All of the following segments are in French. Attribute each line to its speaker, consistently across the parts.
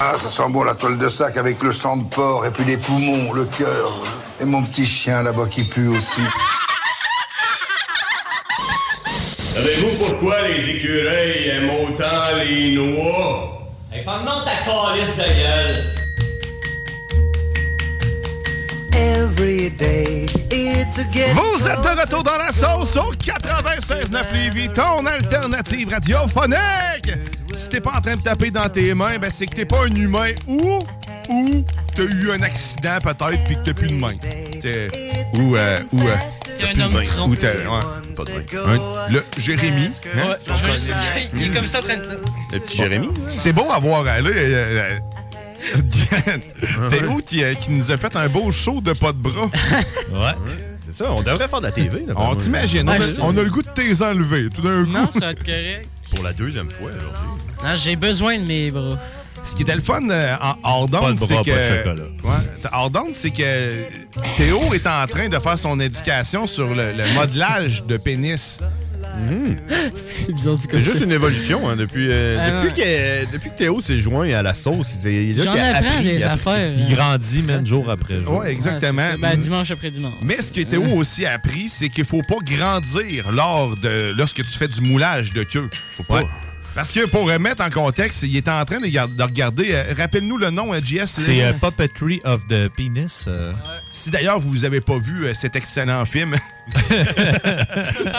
Speaker 1: Ah, ça sent bon la toile de sac avec le sang de porc et puis les poumons, le cœur. Et mon petit chien là-bas qui pue aussi.
Speaker 2: Savez-vous pourquoi les écureuils aiment autant les noix?
Speaker 3: Hey, ferme-donc ta calice de gueule!
Speaker 4: Every day, it's a get
Speaker 5: Vous êtes de retour dans la sauce au 96.9 Lévis, ton alternative radiophonique! Si t'es pas en train de taper dans tes mains, ben c'est que t'es pas un humain ou, ou t'as eu un accident peut-être puis que t'as plus de main. Ou, euh, ou, euh,
Speaker 6: T'es un
Speaker 5: plus de
Speaker 6: homme
Speaker 5: main.
Speaker 6: tronc.
Speaker 5: Ou t'as- ouais, pas de main. Un- le Jérémy. hein?
Speaker 6: Ouais, je- il est comme ça en train de.
Speaker 2: Le petit Jérémy?
Speaker 5: C'est beau à voir aller. euh, euh, Théo qui, euh, qui nous a fait un beau show de pas de bras.
Speaker 7: Ouais. C'est ça, on devrait faire de la TV. d'après
Speaker 5: On
Speaker 7: moi.
Speaker 5: t'imagine, on,
Speaker 6: Ouais,
Speaker 5: a-
Speaker 6: je-
Speaker 5: on a le goût de tes enlever tout d'un coup.
Speaker 6: Non, ça va être correct.
Speaker 7: Pour la deuxième fois aujourd'hui.
Speaker 6: Non, j'ai besoin de mes bras.
Speaker 5: Ce qui était le fun euh, en hors
Speaker 7: Pas de
Speaker 5: d'onde,
Speaker 7: bras,
Speaker 5: c'est
Speaker 7: pas
Speaker 5: que.
Speaker 7: de chocolat.
Speaker 5: Ouais. Hors d'onde, c'est que Théo est en train de faire son éducation sur le, le modelage de pénis.
Speaker 6: C'est bizarre du
Speaker 7: C'est juste une évolution hein, depuis, euh,
Speaker 6: Ah,
Speaker 7: depuis,
Speaker 6: ouais.
Speaker 7: que, depuis que Théo s'est joint à la sauce. Il, est- il est là
Speaker 6: J'en
Speaker 7: qu'il a
Speaker 6: apprends
Speaker 7: appris,
Speaker 6: des
Speaker 7: il a-
Speaker 6: affaires,
Speaker 7: Il
Speaker 6: hein.
Speaker 7: grandit même jour après jour.
Speaker 5: Ouais, exactement.
Speaker 6: Ah, c'est ça. Ben, dimanche après dimanche.
Speaker 5: Mais ce que Théo aussi a appris, c'est qu'il faut pas grandir lors de lorsque tu fais du moulage de queue. Faut
Speaker 7: pas.
Speaker 5: Parce que pour remettre en contexte, il était en train de, gar- de regarder. euh, Rappelle-nous le nom, euh, JS.
Speaker 7: C'est euh, Puppetry of the Penis. euh.
Speaker 5: Si d'ailleurs vous avez pas vu euh, cet excellent film,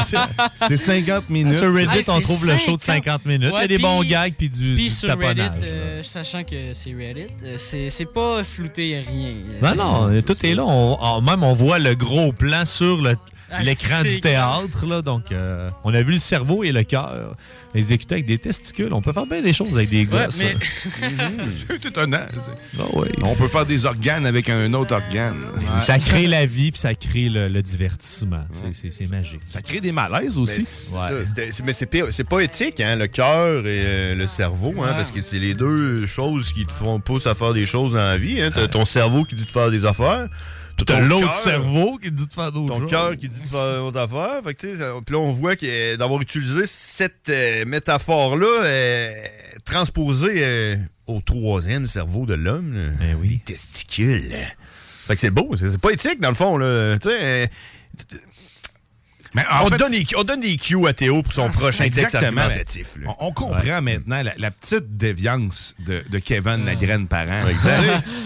Speaker 5: c'est- c'est 50 minutes.
Speaker 7: Sur Reddit,
Speaker 6: Ah, c'est
Speaker 7: on trouve le show de 50 minutes.
Speaker 6: Ouais,
Speaker 7: il y a des
Speaker 6: puis-
Speaker 7: bons gags puis du,
Speaker 6: Puis
Speaker 7: du
Speaker 6: sur Reddit,
Speaker 7: taponnage.
Speaker 6: euh, sachant que c'est Reddit, euh, c'est c'est pas flouté, y a rien.
Speaker 7: là. Ben Non, non, tout est là. On- on- même, on voit le gros plan sur le-
Speaker 6: Ah,
Speaker 7: l'écran
Speaker 6: c'est
Speaker 7: du théâtre. Là, donc, euh, on a vu le cerveau et le cœur exécutés avec des testicules. On peut faire bien des choses avec des
Speaker 6: Ouais,
Speaker 7: gosses.
Speaker 6: mais
Speaker 5: C'est étonnant. c'est-
Speaker 7: Ah oui.
Speaker 5: On peut faire des organes avec un autre organe.
Speaker 7: Ça
Speaker 5: Ça,
Speaker 7: crée la vie puis ça crée le, le divertissement. C'est- C'est c'est magique.
Speaker 5: ça crée des malaises aussi.
Speaker 7: Ouais.
Speaker 2: Ça, c'était- Ben, c'est- Mais c'est pire- c'est pas éthique, hein, le cœur et euh, le cerveau, hein,
Speaker 6: Ouais.
Speaker 2: parce que c'est les deux choses qui te font pousse à faire des choses dans la vie. Hein. T'as ton cerveau qui dit de faire des affaires. t'as
Speaker 7: T'as
Speaker 2: ton
Speaker 7: l'autre
Speaker 2: cœur-
Speaker 7: cerveau qui dit de faire d'autres
Speaker 2: Ton
Speaker 7: choses.
Speaker 2: cœur qui dit de faire une autre affaire. Fait que, tu sais, ça- puis là, on voit que euh, d'avoir utilisé cette euh, métaphore-là, euh, transposée euh, au troisième cerveau de l'homme, là,
Speaker 7: Eh oui.
Speaker 2: les testicules. Fait que c'est beau, c'est c'est pas éthique dans le fond. Là. Tu sais, euh,
Speaker 5: Mais en
Speaker 2: on,
Speaker 5: fait,
Speaker 2: donne des, on donne des cues à Théo pour son prochain texte
Speaker 5: Exactement.
Speaker 2: argumentatif. là.
Speaker 5: on, on comprend maintenant la, la petite déviance de, de Kevin la graine parent.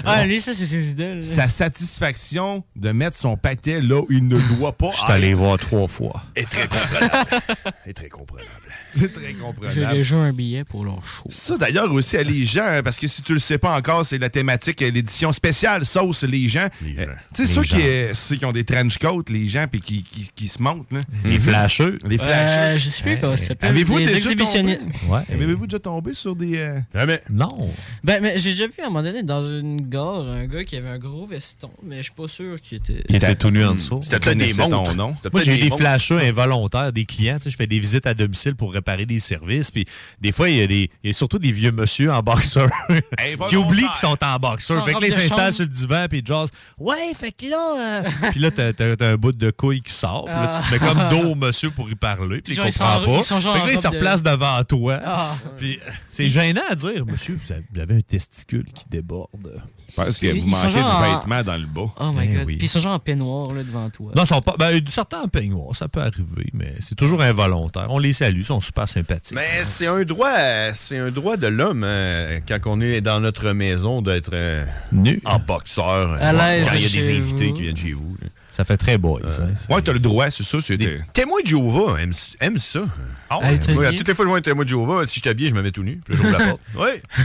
Speaker 6: ah, lui, ça, c'est ses idoles.
Speaker 5: Sa satisfaction de mettre son pâté là où il ne doit pas. être.
Speaker 7: voir trois fois.
Speaker 2: est très comprenable. est très comprenable.
Speaker 5: C'est très
Speaker 6: J'ai
Speaker 5: comprenable.
Speaker 6: déjà un billet pour leur show.
Speaker 5: Ça, d'ailleurs, aussi à les gens, hein, parce que si tu le sais pas encore, c'est la thématique, euh, l'édition spéciale Sauce les gens.
Speaker 2: Les gens.
Speaker 5: Euh, Tu sais,
Speaker 7: Les
Speaker 5: ceux qui,
Speaker 7: gens.
Speaker 5: euh, ceux qui ont des trench coats, les gens, puis qui, qui, qui se montent, là.
Speaker 2: Mhm.
Speaker 7: Les flasheux.
Speaker 5: les flashers.
Speaker 6: Euh, je sais plus comment ça s'appelle.
Speaker 5: Avez-vous
Speaker 6: Des
Speaker 5: déjà
Speaker 6: exhibitionnistes.
Speaker 5: tombé?
Speaker 7: Ouais.
Speaker 5: Avez-vous déjà tombé sur des. euh,
Speaker 2: Jamais.
Speaker 7: Non.
Speaker 6: Ben, mais j'ai déjà vu à un moment donné dans une gare un gars qui avait un gros veston, mais je suis pas sûr qu'il était.
Speaker 7: Qui était tout nu en dessous.
Speaker 2: hmm. C'était peut-être des
Speaker 5: connaissez ton
Speaker 2: montres.
Speaker 5: nom?
Speaker 2: C'était
Speaker 7: Moi,
Speaker 2: peut-être
Speaker 7: j'ai eu des
Speaker 2: montres.
Speaker 7: flasheux involontaires, des clients. Tu sais, je fais des visites à domicile pour réparer des services. Puis des fois, il y a, des, il y a surtout des vieux monsieur en boxeur qui oublient qu'ils sont en boxeur.
Speaker 6: Sans
Speaker 7: Fait que
Speaker 6: robe
Speaker 7: là, ils
Speaker 6: de
Speaker 7: s'installent
Speaker 6: chambre.
Speaker 7: sur le divan puis ils jasent. Ouais, fait que là. euh, puis là, t'as, t'as- t'as un bout de couille qui sort. Puis là, tu te mets comme dos au monsieur pour y parler, puis il
Speaker 6: Ah. Genre, ils
Speaker 7: comprend
Speaker 6: sont-
Speaker 7: pas.
Speaker 6: ils sont genre
Speaker 7: Fait que là,
Speaker 6: en
Speaker 7: il se
Speaker 6: robe de-
Speaker 7: replace devant toi.
Speaker 6: Ah.
Speaker 7: Puis euh, c'est gênant à dire, monsieur, vous avez- vous avez un testicule qui déborde.
Speaker 5: Je pense que
Speaker 6: Ils
Speaker 5: vous
Speaker 6: sont
Speaker 5: manquez
Speaker 6: genre
Speaker 5: de
Speaker 6: en-
Speaker 5: vêtements dans le bas.
Speaker 6: Oh my
Speaker 7: Eh
Speaker 6: god.
Speaker 7: oui.
Speaker 6: Puis ils sont genre en peignoir là, devant toi.
Speaker 7: Non, ils sont pas. Ben, certains en peignoir, ça peut arriver, mais c'est toujours involontaire. On les salue, ils sont super sympathiques.
Speaker 2: Mais c'est un droit, euh, c'est un droit de l'homme euh, quand on est dans notre maison d'être euh, en boxeur euh,
Speaker 7: À l'aise
Speaker 2: quand il y a
Speaker 7: chez
Speaker 2: des invités
Speaker 7: vous.
Speaker 2: qui viennent chez vous.
Speaker 7: Ça fait très boys. hein.
Speaker 2: ouais, t'as le droit, Euh, c'est ça. C'est témoins de Jéhovah aiment, aiment ça.
Speaker 5: Ah
Speaker 7: ouais? Être
Speaker 2: Moi, à
Speaker 7: habillé?
Speaker 2: toutes les fois que je vois un témoin de Jéhovah, si je t'habille, je me mets tout nu, puis là, j'ouvre la porte. Oui.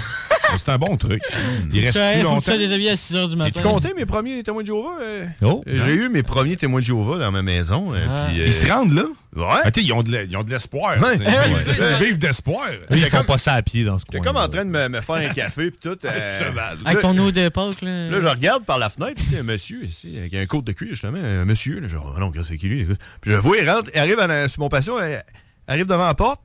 Speaker 5: C'est un bon truc.
Speaker 2: Il
Speaker 6: Tu
Speaker 2: reste-tu
Speaker 6: sais, faut que
Speaker 2: longtemps?
Speaker 6: tu déshabiller à 6 h du matin.
Speaker 2: T'es-tu compté Hmm. mes premiers témoins de Jéhovah? euh?
Speaker 7: Oh,
Speaker 2: Euh, J'ai eu mes premiers témoins de Jéhovah dans ma maison. euh,
Speaker 5: Ah.
Speaker 2: puis, euh,
Speaker 5: Ils se rendent là?
Speaker 2: Ouais.
Speaker 5: Attends, ils ont de la- ils ont de l'espoir.
Speaker 2: Ouais.
Speaker 5: tu sais.
Speaker 2: Ouais,
Speaker 5: Ils
Speaker 2: c'est ça.
Speaker 5: vivent d'espoir.
Speaker 7: Ils font pas ça à pied dans ce
Speaker 2: J'étais
Speaker 7: coin.
Speaker 2: comme en train de me, me faire un café puis tout. euh,
Speaker 6: Avec
Speaker 2: là-
Speaker 6: ton eau de Pâques, là.
Speaker 2: Là, je regarde par la fenêtre, c'est un monsieur ici, avec un côte de cuir, justement, un monsieur, là, genre, Ah non, c'est qui lui? Puis je le vois, il rentre, il arrive à la- sur mon patio, il arrive devant la porte,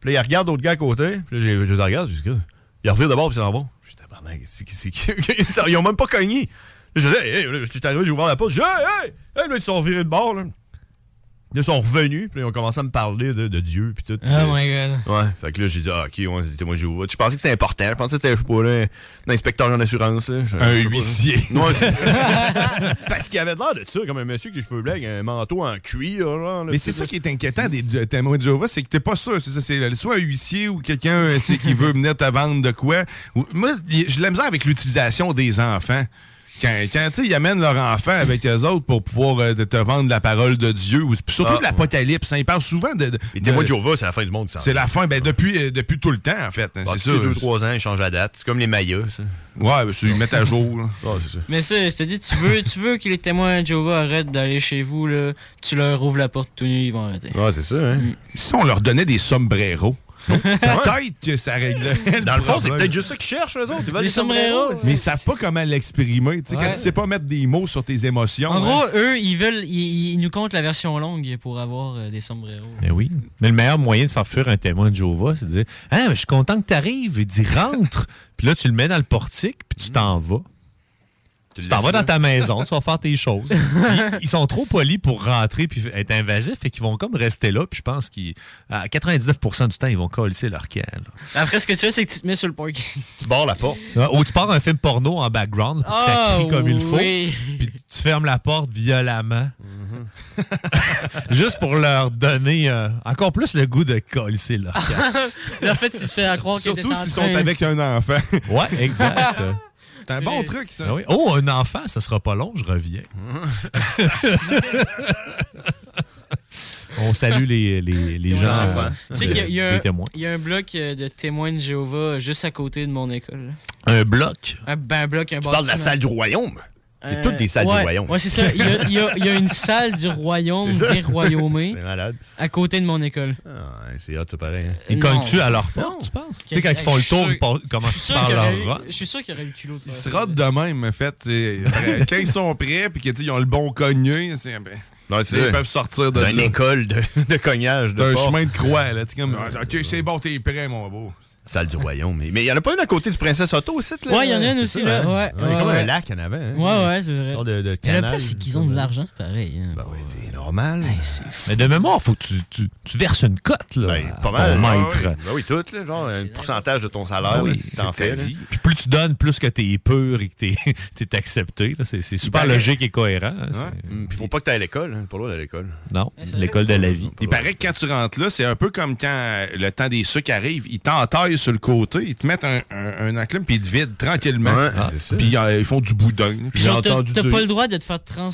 Speaker 2: puis là, il regarde d'autres gars à côté, puis là, j'ai- je le regarde, je dis, il revient d'abord, puis c'est en bon. Je dis, tabarnak, c'est qui, c'est qui? Ils ont même pas cogné. Je dis, hey, hey, là, je suis arrivé, j'ai ouvert la porte, je dis, hey, hey, hey, là, ils sont virés de bord, là. Ils sont revenus, puis là, ils ont commencé à me parler de, de Dieu, puis tout.
Speaker 5: Ah
Speaker 6: Oh my god.
Speaker 2: Ouais, fait que là, j'ai dit, ah, ok, ouais, c'est des témoins de Jéhovah. Je pensais que c'était important. Je pensais que c'était, je sais pas, là, un inspecteur en assurance. là. Je-
Speaker 5: Un
Speaker 2: je sais pas,
Speaker 5: huissier.
Speaker 2: là. Ouais, c'est ça. Parce qu'il avait l'air de ça, comme un monsieur qui a les cheveux blancs, avec un manteau en cuir. Genre, là,
Speaker 5: Mais c'est
Speaker 2: tout
Speaker 5: ça qui est inquiétant des du- témoins de Jéhovah, c'est que t'es pas sûr. C'est ça, c'est soit un huissier ou quelqu'un euh, c'est qui veut venir te vendre de quoi. Ou- Moi, y- j'ai de la misère avec l'utilisation des enfants. Quand, quand, tu sais, ils amènent leur enfant avec eux autres pour pouvoir euh, de te vendre la parole de Dieu, ou surtout
Speaker 2: Ah.
Speaker 5: de l'Apocalypse. hein. Ils parlent souvent de. de-
Speaker 2: Les témoins de
Speaker 5: de-
Speaker 2: Jéhovah, Euh, c'est la fin du monde, ça.
Speaker 5: C'est la fin, ben depuis, euh, depuis tout le temps, en fait. hein,
Speaker 2: Bah,
Speaker 5: c'est
Speaker 2: tous les
Speaker 5: sûr.
Speaker 2: deux, trois ans, ils changent la date. C'est comme les maillots, ça.
Speaker 5: Ouais, ben, c'est- ils mettent à jour. là.
Speaker 2: Ouais, c'est ça.
Speaker 6: Mais ça, je te dis, tu veux, tu veux que les témoins de Jéhovah arrêtent d'aller chez vous, là. Tu leur ouvres la porte tout nu, ils vont arrêter.
Speaker 2: Ouais, c'est ça, hein.
Speaker 5: Si on leur donnait des sombreros, peut-être que ça réglerait.
Speaker 2: Dans le fond, c'est
Speaker 5: problème.
Speaker 2: peut-être juste ça qu'ils cherchent, eux autres. Ils veulent
Speaker 6: Les
Speaker 2: des sombreros.
Speaker 6: sombreros.
Speaker 5: Mais ils savent pas comment l'exprimer. Tu sais,
Speaker 6: Ouais.
Speaker 5: Quand tu sais pas mettre des mots sur tes émotions.
Speaker 6: En
Speaker 5: hein.
Speaker 6: gros, eux, ils veulent, ils, ils nous comptent la version longue pour avoir euh, des sombreros.
Speaker 7: Ben oui. Mais le meilleur moyen de faire fuir un témoin de Jéhovah, c'est de dire Ah, mais je suis content que tu arrives. Il dit Rentre. puis là, tu le mets dans le portique, puis tu t'en vas.
Speaker 2: Mm. Tu le
Speaker 7: Tu t'en
Speaker 2: laisses
Speaker 7: vas
Speaker 2: là.
Speaker 7: dans ta maison, tu vas faire tes choses. Ils, ils sont trop polis pour rentrer puis être invasifs et qu'ils vont comme rester là. Puis je pense qu'à 99% du temps, ils vont coller leur camp. là.
Speaker 6: Après, ce que tu fais, c'est que tu te mets sur le parking.
Speaker 2: Tu barres la porte. Oh,
Speaker 7: Ouais, Ou tu pars un film porno en background, puis que ça crie comme il faut.
Speaker 6: Ah, oui.
Speaker 7: Puis tu fermes la porte violemment.
Speaker 2: Mm-hmm.
Speaker 7: Juste pour leur donner euh, encore plus le goût de coller leur camp.
Speaker 6: En fait, tu te fais à croire qu'ils
Speaker 5: Surtout
Speaker 6: étaient en
Speaker 5: s'ils sont
Speaker 6: train-
Speaker 5: avec un enfant.
Speaker 7: Ouais, exact.
Speaker 5: C'est un bon truc, ça.
Speaker 7: Ah oui. Oh, un enfant, ça sera pas long, je reviens. On salue les, les, les
Speaker 5: Ah,
Speaker 7: gens.
Speaker 2: enfants.
Speaker 7: euh,
Speaker 6: Tu sais qu'il y a- il y, a
Speaker 7: des
Speaker 6: un-
Speaker 7: témoins.
Speaker 6: il y a un bloc euh, de témoins de Jéhovah juste à côté de mon école.
Speaker 7: Un bloc.
Speaker 6: Un, ben, un bloc, un
Speaker 2: Tu parles de la
Speaker 6: bâtiment.
Speaker 2: salle du royaume. C'est
Speaker 6: Euh,
Speaker 2: toutes des salles
Speaker 6: ouais,
Speaker 2: du royaume.
Speaker 6: Ouais, c'est ça. Il y a, il y a- il y a une salle du royaume
Speaker 2: C'est ça.
Speaker 6: des royaumés
Speaker 2: C'est malade.
Speaker 6: à côté de mon école.
Speaker 2: Ah, ouais, c'est hot, c'est pareil. hein.
Speaker 7: Ils
Speaker 6: Non.
Speaker 7: cognent-tu à leur porte, tu penses? Tu sais, quand ils font le tour, ils par-
Speaker 6: Je
Speaker 7: commencent
Speaker 6: suis sûr
Speaker 7: par
Speaker 6: qu'il y
Speaker 7: leur
Speaker 6: aurait eu-
Speaker 7: rock.
Speaker 6: Je suis sûr qu'il y aurait eu le culot de
Speaker 5: Ils
Speaker 6: faire
Speaker 5: se
Speaker 6: ça.
Speaker 5: rodent de même, en fait. tu sais. Après, quand ils sont prêts puis qu'ils ont le bon cogné, c'est- ben,
Speaker 2: Non,
Speaker 5: tu sais, ils
Speaker 2: ça.
Speaker 5: peuvent sortir de
Speaker 2: D'une
Speaker 5: là.
Speaker 2: école de, de cognage, de
Speaker 5: d'un
Speaker 2: porte.
Speaker 5: chemin de croix. Là, tu sais, comme, Ah, ok, c'est bon, t'es prêt, mon beau.
Speaker 2: Salle du royaume. Mais mais il y en a pas une à côté du Princesse Auto aussi, là?
Speaker 6: Ouais, il y en a une
Speaker 2: C'est
Speaker 6: aussi,
Speaker 2: ça,
Speaker 6: là.
Speaker 2: hein?
Speaker 6: Ouais,
Speaker 2: Il y a
Speaker 6: ouais,
Speaker 2: comme
Speaker 6: ouais.
Speaker 2: un lac en avant. hein?
Speaker 6: Ouais, ouais, c'est vrai.
Speaker 2: Genre de, de
Speaker 6: Mais le
Speaker 2: canal.
Speaker 6: pire, c'est qu'ils ont de l'argent, pareil. hein.
Speaker 2: Ben oui, c'est normal.
Speaker 6: Hey, c'est
Speaker 7: Mais de mémoire, faut que tu, tu, tu verses une cote, là.
Speaker 2: Ben,
Speaker 7: à
Speaker 2: pas mal.
Speaker 7: ton
Speaker 2: ouais,
Speaker 7: maître.
Speaker 5: Ah
Speaker 2: ouais. Ben oui, tout, là, genre un pourcentage de ton
Speaker 7: Ah
Speaker 2: salaire,
Speaker 7: oui,
Speaker 2: là, si t'en
Speaker 7: c'est
Speaker 2: fais.
Speaker 7: ta
Speaker 2: là.
Speaker 7: vie. Puis plus tu donnes, plus que t'es pur et que t'es es accepté. là. C'est c'est super
Speaker 5: paraît-
Speaker 7: logique et cohérent. hein. C'est-
Speaker 2: Hum, Puis faut pas que t'ailles à l'école. hein. Pas loin d'aller à l'école.
Speaker 7: Non,
Speaker 6: Ouais, c'est
Speaker 7: l'école de la vie.
Speaker 5: Il paraît que quand tu rentres là, c'est un peu comme quand euh, le temps des sucres arrive. Ils t'entaillent sur le côté, ils te mettent un, un, un enclume puis ils te vident tranquillement.
Speaker 2: Ouais, c'est ça.
Speaker 5: Puis euh, ils font du boudin.
Speaker 6: Puis genre, t'as
Speaker 2: entendu
Speaker 6: t'as
Speaker 2: dire-
Speaker 6: pas le droit de te faire trans,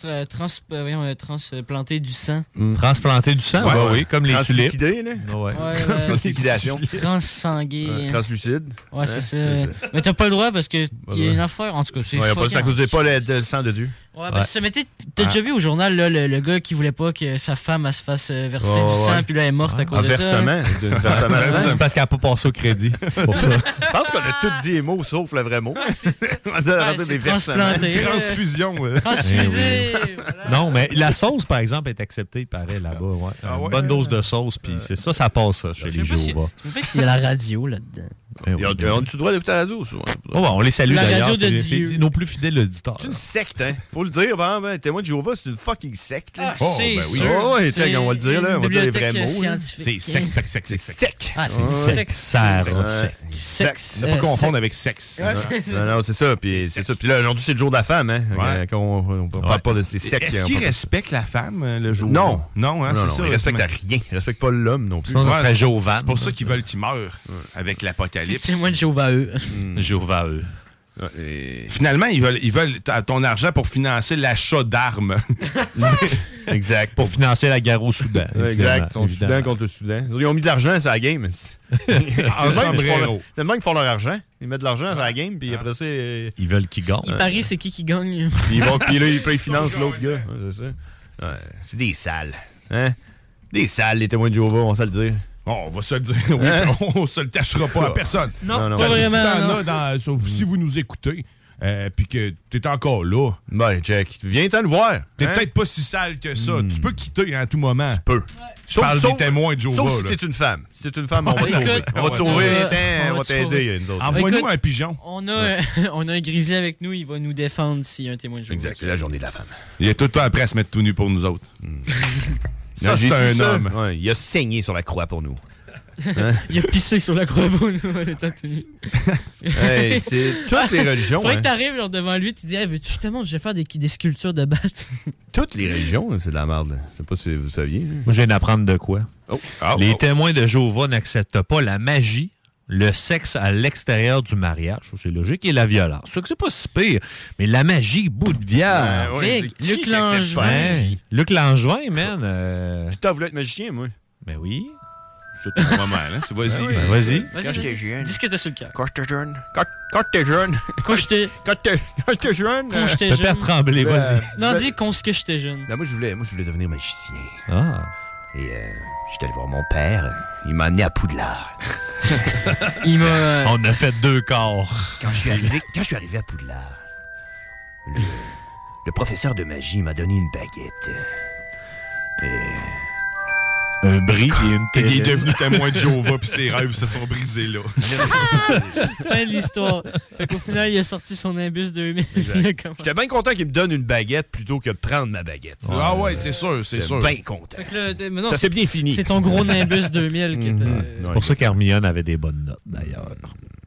Speaker 6: tra- trans, euh, voyons, euh, transplanter du sang.
Speaker 7: Transplanter du sang,
Speaker 5: Ouais,
Speaker 7: bah
Speaker 5: ouais.
Speaker 7: oui, comme les tulipes.
Speaker 2: Transliquidé, là.
Speaker 7: Ah ouais.
Speaker 6: Ouais,
Speaker 2: Transliquidation.
Speaker 6: Transsangué.
Speaker 2: Ben, Ouais,
Speaker 6: hein.
Speaker 2: Translucide.
Speaker 6: ouais, c'est ça.
Speaker 2: c'est
Speaker 6: Mais t'as pas le droit parce que il y a
Speaker 7: ouais.
Speaker 6: une affaire. En tout cas, c'est.
Speaker 2: Ouais, y a pas
Speaker 6: fucking-
Speaker 2: ça causait pas le le sang de Dieu.
Speaker 6: Ouais, parce que ça m'était- T'as déjà vu au journal là, le, le gars qui voulait pas que sa femme elle se fasse euh, verser
Speaker 2: Ouais,
Speaker 6: du
Speaker 2: ouais, Ah.
Speaker 6: sang,
Speaker 2: ouais.
Speaker 6: puis là elle est morte à
Speaker 2: Un
Speaker 6: cause de ça. hein.
Speaker 2: versement. d'un versement de sang.
Speaker 7: C'est parce qu'elle n'a pas passé au crédit. C'est pour ça.
Speaker 2: Je pense qu'on a tous dit les mots sauf le vrai mot. On a dit
Speaker 6: Ouais,
Speaker 2: rentrer
Speaker 6: c'est
Speaker 2: des versements. Eh
Speaker 6: transplanté, là.
Speaker 5: Transfusion. ouais.
Speaker 6: Transfusé. voilà.
Speaker 7: Non, mais la sauce, par exemple, est acceptée, pareil, là-bas. ouais.
Speaker 5: Ah
Speaker 7: Une
Speaker 5: ouais?
Speaker 7: bonne dose de sauce, puis c'est ça, ça passe ça, chez les
Speaker 6: Je sais pas si-
Speaker 7: Jéhovah.
Speaker 6: je sais pas s'il y a la radio là-dedans.
Speaker 7: Eh
Speaker 2: Ils ont- ils ont du droit d'écouter la radio, souvent.
Speaker 7: Oh, bon, on les salue d'ailleurs. c'est- c'est Nos plus fidèles auditeurs.
Speaker 2: C'est une secte, hein. Faut le dire, ben, ben, témoin de Jéhovah, c'est une fucking secte. là.
Speaker 7: Ah, c'est
Speaker 2: oui.
Speaker 7: sûr.
Speaker 2: Oh, ouais,
Speaker 7: C'est
Speaker 2: check, on va le dire, là. On va
Speaker 7: une
Speaker 2: dire les vrais mots.
Speaker 7: bibliothèque
Speaker 2: là.
Speaker 7: scientifique. C'est Ah, sec, sec, sec,
Speaker 2: C'est
Speaker 7: sec.
Speaker 2: sec.
Speaker 7: Ah, c'est
Speaker 2: Ouais.
Speaker 7: sec, ça,
Speaker 2: Ouais.
Speaker 7: sec. Sec.
Speaker 2: Sec.
Speaker 7: Ne pas Euh, confondre sec. avec sexe. Ouais,
Speaker 2: Non,
Speaker 7: c'est-
Speaker 2: non, non, c'est ça. Puis c'est ça. Puis là, aujourd'hui, c'est le jour de la femme, hein. Euh, Quand on, on parle pas de ces sectes.
Speaker 5: Est-ce
Speaker 2: on parle
Speaker 5: qu'il
Speaker 2: pas de-
Speaker 5: respecte la femme, euh, le jour?
Speaker 2: Non.
Speaker 5: Non, hein,
Speaker 2: Non, non,
Speaker 5: c'est ça.
Speaker 2: il respecte à rien. Il respecte pas l'homme non plus.
Speaker 5: Sinon, ça
Speaker 2: Ouais.
Speaker 5: serait Jovan. C'est pour ça
Speaker 2: Ouais.
Speaker 5: qu'ils veulent qu'il meure avec l'apocalypse.
Speaker 6: C'est moi de Jéhovah E. eux.
Speaker 7: Jéhovah eux.
Speaker 5: Finalement, ils veulent, ils veulent ta- ton argent pour financer l'achat d'armes.
Speaker 2: exact.
Speaker 7: Pour financer la guerre au Soudan.
Speaker 2: Ouais,
Speaker 7: évidemment,
Speaker 2: exact. Ils sont
Speaker 7: évidemment. Ah,
Speaker 2: Soudan contre le Soudan. Ils ont mis de l'argent sur la game. C'est le même qu'ils font leur-
Speaker 7: sombrero.
Speaker 2: c'est le même qu'ils font leur argent. Ils mettent de l'argent sur la game, puis après ça. euh,
Speaker 7: Ils veulent qu'ils gagnent.
Speaker 6: Il parie c'est qui qui gagne.
Speaker 2: Puis, ils vont, puis là, ils, puis ils financent l'autre gars. Ouais, c'est ça. Ouais, c'est des sales. Hein? Des sales, les témoins de Jéhovah, on va se le dire.
Speaker 5: on va se le dire. Oui, on se le cachera pas à personne.
Speaker 2: Non, Non, non.
Speaker 5: Fait que
Speaker 2: pas
Speaker 5: si
Speaker 2: vraiment,
Speaker 5: t'en
Speaker 2: non.
Speaker 5: as dans- sauf si vous nous écoutez, euh, puis que t'es encore là.
Speaker 2: Ben, Jack, viens t'en voir.
Speaker 5: T'es
Speaker 2: hein?
Speaker 5: peut-être pas si sale que ça. Tu peux quitter hein, à tout moment. Tu
Speaker 2: peux.
Speaker 5: Je parle
Speaker 2: Sauf-
Speaker 5: des témoins de Jova.
Speaker 2: Sauf si
Speaker 5: là. Ah,
Speaker 2: t'es une femme. Si t'es une femme, on va te
Speaker 5: Ouais,
Speaker 2: sauver.
Speaker 5: écoute,
Speaker 2: On va te
Speaker 5: on va-
Speaker 2: sauver.
Speaker 5: on va-
Speaker 2: Attends,
Speaker 5: on
Speaker 2: on
Speaker 5: va
Speaker 2: va
Speaker 5: te
Speaker 2: t'aider,
Speaker 5: sauver.
Speaker 2: nous autres.
Speaker 5: Envoie-nous
Speaker 6: Écoute,
Speaker 5: un pigeon.
Speaker 6: On a, on a un grisier avec nous, il va nous défendre s'il y a un témoin de Jéhovah. E.
Speaker 2: Exact, c'est la journée de la femme.
Speaker 5: Il est tout le temps prêt à se mettre tout nu pour nous autres.
Speaker 2: Ça,
Speaker 5: Non, juste
Speaker 2: j'ai su
Speaker 5: Hmm. un
Speaker 2: ça.
Speaker 5: homme.
Speaker 2: Ouais, il a saigné sur la croix pour nous.
Speaker 6: il a pissé sur la croix pour nous en étant tout nu.
Speaker 2: Hey, c'est toutes les religions,
Speaker 6: Faudrait
Speaker 2: hein.
Speaker 6: que t'arrives genre, devant lui, tu dis hey, veux-tu justement, je vais faire des, des sculptures de batte.
Speaker 2: Toutes les religions, là, c'est de la merde. là. Je sais pas si vous saviez. là.
Speaker 7: Moi, je viens d'apprendre de quoi.
Speaker 5: Ah,
Speaker 7: Les
Speaker 2: oh.
Speaker 7: témoins de Jéhovah n'acceptent pas la magie, le sexe à l'extérieur du mariage, ça, c'est logique, et la violence. C'est que c'est pas si pire, mais la magie, bout de viande.
Speaker 2: Ouais, ouais, Big, c'est qui Luc qui
Speaker 5: Ben
Speaker 2: accepte pas la Langevin.
Speaker 7: Hein,
Speaker 2: magie?
Speaker 7: Luc Langevin, man. euh,
Speaker 2: Putain, voulu être magicien, moi.
Speaker 7: Ben oui.
Speaker 2: C'est
Speaker 5: ton moment, hein? C'est- vas-y.
Speaker 2: Ben oui.
Speaker 7: Ben, vas-y.
Speaker 2: Quand j'étais jeune.
Speaker 6: Dis ce que t'as sur le cœur.
Speaker 2: Quand j'étais jeune. Quand quand j'étais jeune.
Speaker 6: Quand j'étais.
Speaker 2: Quand j'étais quand j'étais jeune.
Speaker 6: Quand j'étais jeune.
Speaker 2: Ben,
Speaker 6: Non,
Speaker 2: ben,
Speaker 6: dis qu'on ce que j'étais jeune.
Speaker 2: ben, moi, je voulais, moi, je voulais devenir magicien.
Speaker 7: Ah.
Speaker 2: Et euh, j'étais allé voir mon père. Il m'a amené à Poudlard.
Speaker 6: Il m'a.
Speaker 7: On a fait deux corps.
Speaker 2: Quand je suis arrivé, quand je suis arrivé à Poudlard, le, le professeur de magie m'a donné une baguette. Et...
Speaker 7: Un bris et une
Speaker 5: Il est devenu témoin de Jova, puis ses rêves se sont brisés là.
Speaker 6: fin de l'histoire. Fait qu'au final, il a sorti son imbus 2000. Il a commencé.
Speaker 2: J'étais bien content qu'il me donne une baguette plutôt que de prendre ma baguette.
Speaker 5: ah ouais, c'est sûr, c'est
Speaker 2: J'étais
Speaker 5: sûr.
Speaker 2: bien content.
Speaker 6: Fait que là, t'es- mais non,
Speaker 2: Ça, c'est bien fini. Mhm.
Speaker 6: C'est ton gros Nimbus 2000 qui était.
Speaker 7: C'est pour ça qu'Hermione avait des bonnes notes, d'ailleurs.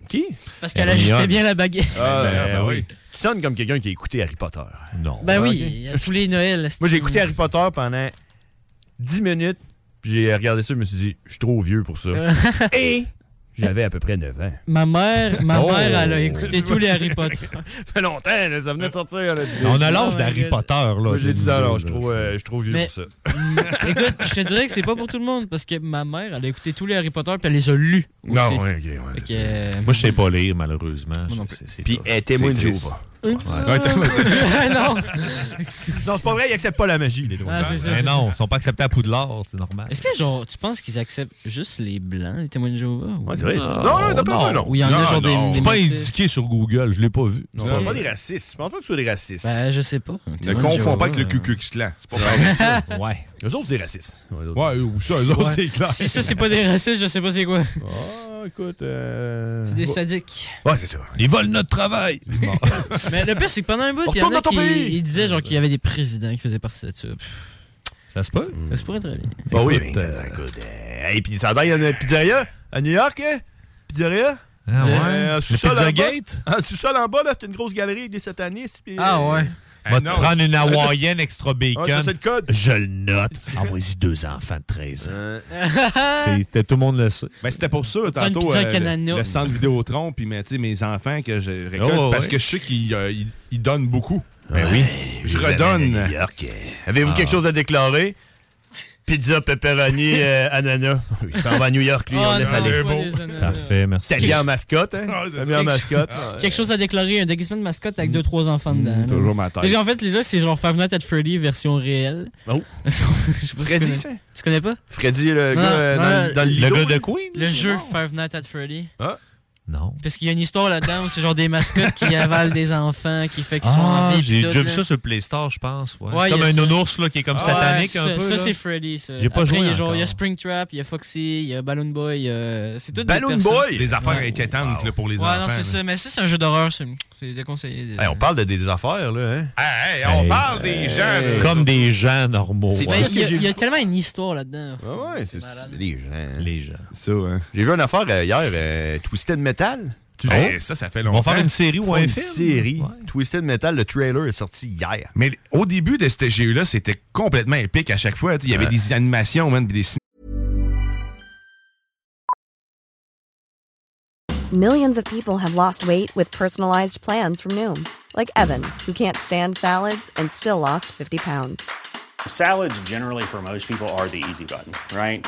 Speaker 2: Qui?
Speaker 6: Parce qu'elle agitait bien la baguette.
Speaker 2: Ah,
Speaker 7: Ben
Speaker 2: ben
Speaker 7: oui.
Speaker 2: oui. Tu sonnes comme quelqu'un qui a écouté Harry Potter.
Speaker 7: Non.
Speaker 6: Ben oui,
Speaker 2: Ah, Ok.
Speaker 6: il y a tous les Noëls.
Speaker 2: Moi, j'ai écouté Harry Potter pendant 10 minutes, puis j'ai regardé ça, je me suis dit, je suis trop vieux pour ça. Et j'avais à peu près 9 ans.
Speaker 6: Ma mère, ma
Speaker 2: Oh.
Speaker 6: mère, elle a écouté tous les Harry Potter.
Speaker 2: Ça fait longtemps, là, ça venait de sortir. là, du-
Speaker 7: On a l'âge d'Harry Potter, là.
Speaker 2: Moi, j'ai dit, non, non, je suis trop,
Speaker 7: trouve.
Speaker 2: euh, je suis trop vieux
Speaker 6: Mais-
Speaker 2: pour ça.
Speaker 6: Mm, Écoute, je te dirais que c'est pas pour tout le monde parce que ma mère, elle a écouté tous les Harry Potter puis elle les a lus. aussi.
Speaker 2: Non, ouais, ok, ouais,
Speaker 6: Fait
Speaker 2: c'est
Speaker 6: que, euh,
Speaker 7: Moi, je sais pas lire, malheureusement.
Speaker 6: non
Speaker 7: Je- c'est- c'est
Speaker 2: Puis, euh,
Speaker 7: tough.
Speaker 2: elle témoin
Speaker 7: C'est
Speaker 2: de
Speaker 7: triste.
Speaker 2: Jéhovah.
Speaker 7: Ouais.
Speaker 6: non.
Speaker 2: Non, c'est pas vrai, ils acceptent pas la magie, les
Speaker 6: Ah,
Speaker 2: témoins.
Speaker 6: c'est ça,
Speaker 7: Mais
Speaker 6: c'est
Speaker 7: non,
Speaker 6: ça.
Speaker 7: ils sont pas acceptés à Poudlard, c'est normal.
Speaker 6: Est-ce que genre, tu penses qu'ils acceptent juste les blancs, les témoins de Jéhovah? ou-
Speaker 2: Ouais, c'est vrai.
Speaker 7: Ah,
Speaker 2: Non, non, t'as pas non.
Speaker 6: Ou il y en a
Speaker 5: Non,
Speaker 6: genre des-
Speaker 5: non.
Speaker 6: des.
Speaker 7: C'est pas
Speaker 6: métis?
Speaker 7: indiqué sur Google, je l'ai pas vu.
Speaker 2: Non,
Speaker 6: Ok.
Speaker 2: pas des racistes. Je pense pas que tu sois des racistes.
Speaker 6: Ben, je sais pas. Les
Speaker 5: Ne
Speaker 6: témoins de
Speaker 5: confonds
Speaker 6: Jéhovah,
Speaker 5: pas avec le
Speaker 6: euh,
Speaker 5: cucuxlan. C'est pas pareil. ça.
Speaker 7: Ouais.
Speaker 2: Eux autres, c'est des racistes. Ouais, eux autres.
Speaker 5: Ouais, ou ça, eux autres,
Speaker 6: Ouais.
Speaker 5: c'est clair.
Speaker 6: Si ça, c'est pas des racistes, je sais pas c'est quoi.
Speaker 2: Ah, écoute. euh,
Speaker 6: C'est des sadiques.
Speaker 2: Ouais, c'est ça.
Speaker 7: Ils volent notre travail.
Speaker 6: Mais le pire, c'est que pendant un bout, il y en
Speaker 2: Retourne
Speaker 6: a
Speaker 2: dans ton
Speaker 6: qui
Speaker 2: pays.
Speaker 6: ils disaient genre qu'il y avait des présidents qui faisaient partie de ça.
Speaker 7: Ça se peut.
Speaker 6: Ça se pourrait très bien.
Speaker 2: Bah oui,
Speaker 7: Écoute,
Speaker 2: ben,
Speaker 7: euh,
Speaker 2: écoute. euh, hey, puis ça donne, il y a une pizzeria à New York, hein? Pizzeria?
Speaker 7: Ah ouais.
Speaker 2: Euh,
Speaker 7: Le
Speaker 2: sous-sol en
Speaker 7: Pizza
Speaker 2: bas.
Speaker 7: Gate. Ah,
Speaker 2: En dessous-sol en bas, là, c'est une grosse galerie avec des satanistes. puis, euh,
Speaker 7: Va te
Speaker 5: Eh non.
Speaker 7: prendre une hawaïenne extra bacon.
Speaker 2: Ah, ça, c'est le code.
Speaker 7: Je le note. Envoyez-y deux enfants de 13 ans.
Speaker 2: Euh.
Speaker 7: C'est- Tout le monde le sait.
Speaker 5: Ben, c'était pour ça,
Speaker 6: une
Speaker 5: tantôt,
Speaker 6: pizza
Speaker 5: euh,
Speaker 6: au Canada.
Speaker 5: le, le centre Vidéotron, puis mais, tu sais, mes enfants que je récolte,
Speaker 7: Oh,
Speaker 5: c'est parce
Speaker 7: ouais.
Speaker 5: que je sais qu'ils euh, ils- ils donnent beaucoup.
Speaker 7: Ben oui.
Speaker 2: Je
Speaker 5: Je
Speaker 2: redonne.
Speaker 5: redonne.
Speaker 2: Avez-vous
Speaker 7: Ah.
Speaker 2: quelque chose à déclarer? Pizza, pepperoni, euh, ananas. Oui, Il s'en va à New York,
Speaker 6: ah,
Speaker 2: lui, on laisse
Speaker 5: non.
Speaker 2: aller.
Speaker 5: est beau.
Speaker 7: Parfait, merci.
Speaker 2: Italien en mascotte, hein?
Speaker 5: Ah, c'est
Speaker 2: Italien en
Speaker 5: quelque-
Speaker 2: mascotte.
Speaker 6: Quelque chose à déclarer, un déguisement de mascotte avec deux trois enfants dedans.
Speaker 2: Mm,
Speaker 6: là.
Speaker 5: Toujours ma
Speaker 6: Fait que,
Speaker 5: tête.
Speaker 6: En fait, les gars, c'est genre Five Nights at Freddy version réelle.
Speaker 2: Oh.
Speaker 6: Je sais pas si tu
Speaker 2: Freddy,
Speaker 6: connais.
Speaker 2: ça?
Speaker 6: Tu connais pas?
Speaker 2: Freddy, le
Speaker 6: Non,
Speaker 2: gars euh,
Speaker 6: non,
Speaker 2: dans, dans le
Speaker 7: Le
Speaker 2: lido,
Speaker 7: gars
Speaker 2: là.
Speaker 7: de Queen?
Speaker 6: Le jeu Five Nights at Freddy.
Speaker 2: Ah.
Speaker 7: Non.
Speaker 6: Parce qu'il y a une histoire là-dedans où c'est genre des mascottes qui avalent des enfants, qui fait qu'ils sont en
Speaker 7: Ah,
Speaker 6: vie.
Speaker 7: j'ai
Speaker 6: pis
Speaker 7: déjà
Speaker 6: tout,
Speaker 7: vu
Speaker 6: là.
Speaker 7: ça sur le Play Store, je pense. ouais.
Speaker 6: Ouais,
Speaker 7: c'est
Speaker 6: il
Speaker 7: comme
Speaker 6: y a
Speaker 7: un
Speaker 6: ça.
Speaker 7: nounours là, qui est comme
Speaker 6: Ah ouais,
Speaker 7: satanique
Speaker 6: ça,
Speaker 7: un peu.
Speaker 6: Ça,
Speaker 7: là.
Speaker 6: c'est Freddy. ça.
Speaker 7: J'ai pas
Speaker 6: Après,
Speaker 7: joué
Speaker 6: Il y a genre,
Speaker 7: encore.
Speaker 6: il y a Springtrap, il y a Foxy, il y a Balloon Boy. euh, c'est tout
Speaker 5: Balloon
Speaker 6: des personnes.
Speaker 5: Boy? Des affaires
Speaker 6: Ouais.
Speaker 5: inquiétantes, là, pour les
Speaker 6: ouais,
Speaker 5: enfants,
Speaker 6: non,
Speaker 5: là.
Speaker 6: c'est ça. Mais ça, c'est un jeu d'horreur. C'est c'est déconseillé. de-
Speaker 2: Hey, on parle de des affaires, là, hein?
Speaker 5: on parle des gens, là.
Speaker 7: Comme des gens normaux.
Speaker 2: C'est
Speaker 6: Mais
Speaker 2: tout ce
Speaker 6: il y
Speaker 2: que
Speaker 6: a-
Speaker 2: j'ai
Speaker 6: il y,
Speaker 2: vu.
Speaker 6: a tellement une histoire là-dedans.
Speaker 2: Ah ouais, c'est c'est les gens.
Speaker 7: Les gens.
Speaker 5: Ça, ouais.
Speaker 2: J'ai vu une affaire euh, hier, euh, Twisted Metal.
Speaker 7: Oh?
Speaker 2: Tu
Speaker 5: Hey, ça, ça fait longtemps. On va faire une série ou
Speaker 2: Ils font
Speaker 5: un
Speaker 2: Hein? une
Speaker 5: film?
Speaker 2: série. Twisted Metal, le trailer est sorti hier.
Speaker 5: Mais au début de ce jeu-là, c'était complètement épique à chaque fois. tu sais, Il y avait
Speaker 7: Euh.
Speaker 2: Ouais.
Speaker 5: des animations, man, puis des ciné-
Speaker 8: Millions of people have lost weight with personalized plans from Noom, like Evan, who can't stand salads and still lost 50 pounds.
Speaker 9: Salads, generally, for most people, are the easy button, right?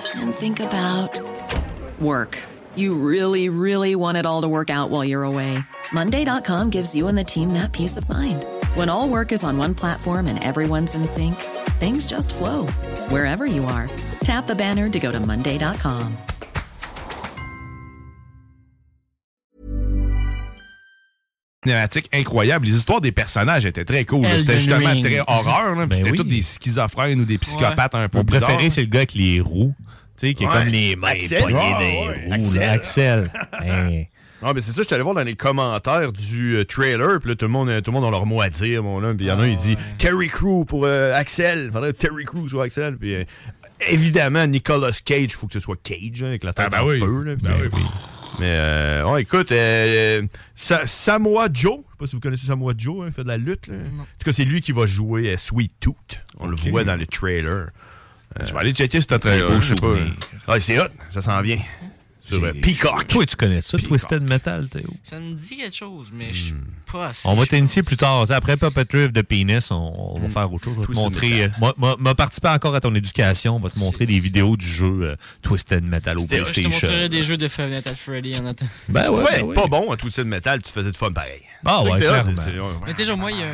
Speaker 10: and think about work. You really, really want it all to work out while you're away. Monday.com gives you and the team that peace of mind. When all work is on one platform and everyone's in sync, things just flow wherever you are. Tap the banner to go to Monday.com.
Speaker 5: cinématiques incroyables. Les histoires des personnages étaient très cool. là.
Speaker 7: Elden
Speaker 5: C'était justement
Speaker 7: Ring.
Speaker 5: très horreur. là, puis
Speaker 7: Ben
Speaker 5: C'était
Speaker 7: oui.
Speaker 5: tous des schizophrènes ou des psychopathes un peu
Speaker 7: Mon
Speaker 5: bizarres.
Speaker 7: préféré, c'est le gars avec les roues. Tu sais, qui est
Speaker 5: Ouais.
Speaker 7: comme les mains
Speaker 5: Axel.
Speaker 7: pognées
Speaker 5: Ouais,
Speaker 2: Ah,
Speaker 7: dans les
Speaker 5: ouais.
Speaker 7: roues, là.
Speaker 5: Axel.
Speaker 7: Axel. Hey.
Speaker 2: Non, Ah, mais c'est ça, je suis allé voir dans les commentaires du euh, trailer, puis là, tout le, monde, tout le monde a leur mot à dire, mon homme. Puis il y en a un, il
Speaker 7: Ah.
Speaker 2: dit Terry Crew pour euh, Axel. Faudrait que Terry Crew soit Axel. Puis euh, évidemment, Nicolas Cage, faut que ce soit Cage, hein, avec
Speaker 7: Ah,
Speaker 2: la tête
Speaker 5: ben
Speaker 2: en
Speaker 5: oui.
Speaker 2: feu. là, puis,
Speaker 5: Ben
Speaker 2: euh, Mais, euh, ouais, écoute, euh, Sa- Samoa Joe, je sais pas si vous connaissez Samoa Joe, hein, il fait de la lutte. là. En tout cas, c'est lui qui va jouer euh, Sweet Tooth. On
Speaker 5: Ok.
Speaker 2: le voit dans le trailer.
Speaker 5: Je vais aller checker ce trailer. je sais pas.
Speaker 2: Ouais, c'est hot, ça s'en vient. Sur euh, Peacock.
Speaker 7: Toi, tu connais ça, Twisted Metal, Théo?
Speaker 6: Ça me dit quelque chose, mais je suis pas assez.
Speaker 7: Hmm. On va
Speaker 6: je pense.
Speaker 7: t'initier plus tard. Tu sais, Après Puppet Riff de Penis, on, on
Speaker 5: Mm.
Speaker 7: va faire autre chose. Je vais te
Speaker 6: Twisted
Speaker 7: montrer. euh,
Speaker 6: Metal.
Speaker 7: moi- Moi, moi, participer encore à ton éducation, on va te montrer des vidéos du jeu euh, Twisted Metal au
Speaker 6: Je te
Speaker 7: PlayStation.
Speaker 6: montrerai des jeux de Five Nights at Freddy en attendant.
Speaker 7: Ben
Speaker 2: tu
Speaker 7: ouais,
Speaker 2: pouvais
Speaker 7: ben
Speaker 2: être
Speaker 7: ouais.
Speaker 2: pas bon en twisted metal, tu faisais de fun pareil.
Speaker 7: Ah
Speaker 2: C'est ça
Speaker 7: ouais,
Speaker 2: que t'es hot,
Speaker 7: clairement.
Speaker 2: c'est- ouais.
Speaker 6: Mais tu sais, genre, moi, il y a.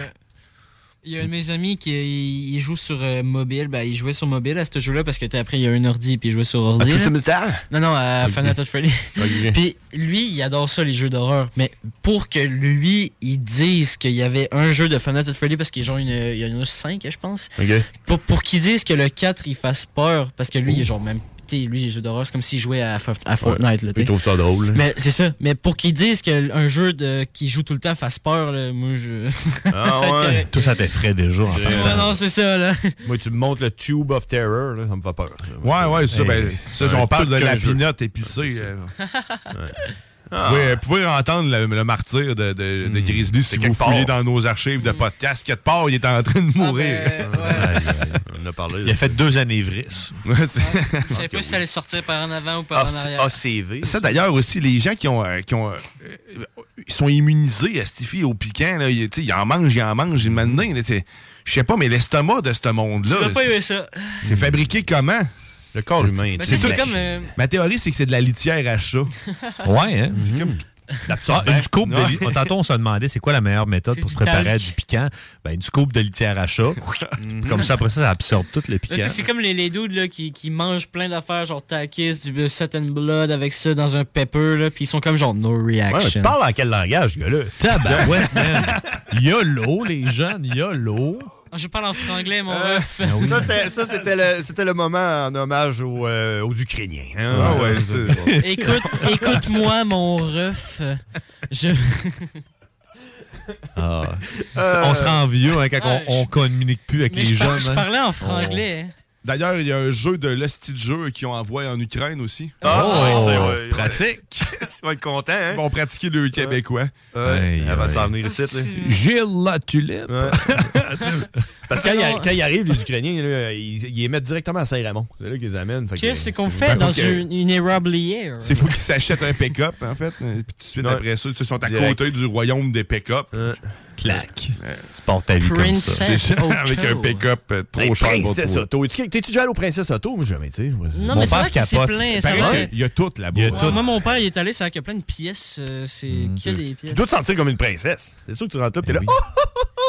Speaker 6: Il y a un de mes amis qui il, il joue sur euh, mobile. Ben, il jouait sur mobile à ce jeu-là parce que t'sais, après, il y a un ordi puis il jouait sur ordi.
Speaker 2: Twisted
Speaker 6: là.
Speaker 2: Metal?
Speaker 6: Non, non, à
Speaker 2: Ah, Ok.
Speaker 6: Final Fantasy Freddy.
Speaker 2: Ok.
Speaker 6: puis lui, il adore ça, les jeux d'horreur. Mais pour que lui, il dise qu'il y avait un jeu de Final Fantasy Freddy parce qu'il y a genre une- il y en a 5, je pense.
Speaker 2: Ok.
Speaker 6: Pour, pour qu'il dise que le 4, il fasse peur parce que lui, il est genre même. t'sais, lui, les jeux d'horreur, c'est comme s'il jouait à, Fort- à Fortnite. là,
Speaker 2: Il
Speaker 6: t'sais.
Speaker 2: trouve ça drôle.
Speaker 6: Mais c'est ça. Mais pour qu'ils disent qu'un jeu de, qui joue tout le temps fasse peur, là, moi je.
Speaker 2: Ah
Speaker 6: Ça
Speaker 2: ouais.
Speaker 6: correct.
Speaker 7: Tout ça t'effraie déjà. en
Speaker 2: Ouais,
Speaker 7: partant.
Speaker 6: non, c'est ça, là.
Speaker 2: Moi, tu me montres le Tube of Terror, là, ça me fait peur.
Speaker 5: Ouais, ouais, ça,
Speaker 2: Hey,
Speaker 5: ben,
Speaker 2: c'est
Speaker 5: ça,
Speaker 2: un
Speaker 5: on parle
Speaker 2: tout
Speaker 5: de
Speaker 2: qu'un
Speaker 5: la
Speaker 2: jeu.
Speaker 5: pinotte épicée. euh. Vous
Speaker 2: Ah.
Speaker 5: pouvez, vous pouvez entendre le, le martyr de, de,
Speaker 7: Hmm.
Speaker 5: de Grizzly si vous
Speaker 2: quelque
Speaker 5: fouillez
Speaker 2: part.
Speaker 5: dans nos archives de podcast. Quelque part, il est en train
Speaker 6: Ah,
Speaker 5: de mourir.
Speaker 6: ben,
Speaker 2: Ah, On en a parlé.
Speaker 7: Il a fait deux annévrismes.
Speaker 6: Je savais pas si ça allait sortir par en avant ou par
Speaker 2: Ah,
Speaker 6: en arrière.
Speaker 2: ACV.
Speaker 5: Ça, d'ailleurs, aussi, les gens qui ont, euh, qui ont, euh, euh, ils sont immunisés à Stifi au piquant, là, ils, tu sais, ils en mangent, ils en mangent, ils maintenant, là, tu sais, je sais pas, mais l'estomac de ce
Speaker 6: Tu
Speaker 5: monde-là,
Speaker 6: vas
Speaker 5: là,
Speaker 6: pas aimer ça.
Speaker 5: c'est fabriqué comment?
Speaker 2: Le corps humain.
Speaker 6: Mais
Speaker 5: C'est
Speaker 6: c'est
Speaker 5: tout
Speaker 6: comme. euh,
Speaker 5: Ma théorie, c'est que c'est de la litière à chat.
Speaker 7: Ouais, hein? Ah, une scoop de li-
Speaker 5: Ouais.
Speaker 7: Tantôt, on se demandait c'est quoi la meilleure méthode
Speaker 6: C'est
Speaker 7: pour se
Speaker 6: du
Speaker 7: préparer à
Speaker 6: talc.
Speaker 7: du piquant. Ben, une scoop de litière à chat. Comme ça, après ça, ça absorbe tout le
Speaker 6: là, tu
Speaker 7: piquant.
Speaker 6: sais, C'est comme les, les dudes là, qui, qui mangent plein d'affaires, genre Takis, du euh, Satan Blood avec ça dans un pepper, là, puis ils sont comme genre no
Speaker 2: Ouais,
Speaker 6: reaction.
Speaker 2: mais parle en quel langage, ce gars-là?
Speaker 7: Tabarouette, man. Il y a l'eau, les jeunes, il y a l'eau.
Speaker 6: Ah, Je parle en franglais, mon ref.
Speaker 7: Ah
Speaker 2: Ça, c'est- ça, c'était le, c'était le moment en hommage aux, euh, aux Ukrainiens. hein.
Speaker 5: Ah ouais, c'est-
Speaker 6: Écoute, écoute-moi, mon ref. Je.
Speaker 7: Ah. On se rend vieux hein, quand
Speaker 6: Ah,
Speaker 7: on, on
Speaker 6: je-
Speaker 7: communique plus avec
Speaker 6: Mais
Speaker 7: les
Speaker 6: je, par-
Speaker 7: jeunes.
Speaker 6: je
Speaker 7: hein.
Speaker 6: parlais en franglais. hein.
Speaker 5: D'ailleurs, il y a un jeu de l'hostie de jeu qu'ils ont envoyé en Ukraine aussi. Oh.
Speaker 2: Ah, ouais, c'est vrai.
Speaker 7: Oh, Pratique.
Speaker 2: Tu vas être content, hein?
Speaker 5: Ils vont pratiquer le Québécois.
Speaker 2: Ouais,
Speaker 7: Aïe,
Speaker 2: avant de
Speaker 7: aïe.
Speaker 2: s'en venir ici. là.
Speaker 7: Gilles la tulipe.
Speaker 2: Ouais. Parce que quand,
Speaker 6: Non.
Speaker 2: il arri- quand ils arrivent, les Ukrainiens, là, ils, ils les mettent directement à Saint-Ramon. C'est là qu'ils les amènent. Fait que-
Speaker 6: Qu'est-ce qu'on
Speaker 2: c'est-
Speaker 6: fait
Speaker 2: ben,
Speaker 6: dans
Speaker 2: faut que-
Speaker 6: une, une érablière?
Speaker 5: C'est fou qu'ils s'achètent un pick-up, en fait. euh, Puis tout de suite
Speaker 2: Ouais.
Speaker 5: après ça, ils sont à
Speaker 2: Direct.
Speaker 5: côté du royaume des pick-up.
Speaker 7: Clac. Tu portes ta vie comme ça.
Speaker 5: C'est ça, avec un pick-up euh, trop
Speaker 2: Hey,
Speaker 5: cher. pour
Speaker 2: Princesse
Speaker 5: toi.
Speaker 2: Auto. Es-tu- T'es-tu déjà allé au Princesse Auto? Moi, jamais, tu sais.
Speaker 6: Non, mais c'est vrai qu'il s'est plaint, ça hein?
Speaker 2: Paraît
Speaker 6: va.
Speaker 2: qu'il y a tout Mm, là-bas.
Speaker 6: Ouais, Moi, mon père, il est allé, c'est avec plein de pièces. euh, c'est que des pièces.
Speaker 2: Tu dois te sentir comme une princesse. C'est sûr que tu rentres là, puis t'es là.
Speaker 5: Eh
Speaker 2: oh,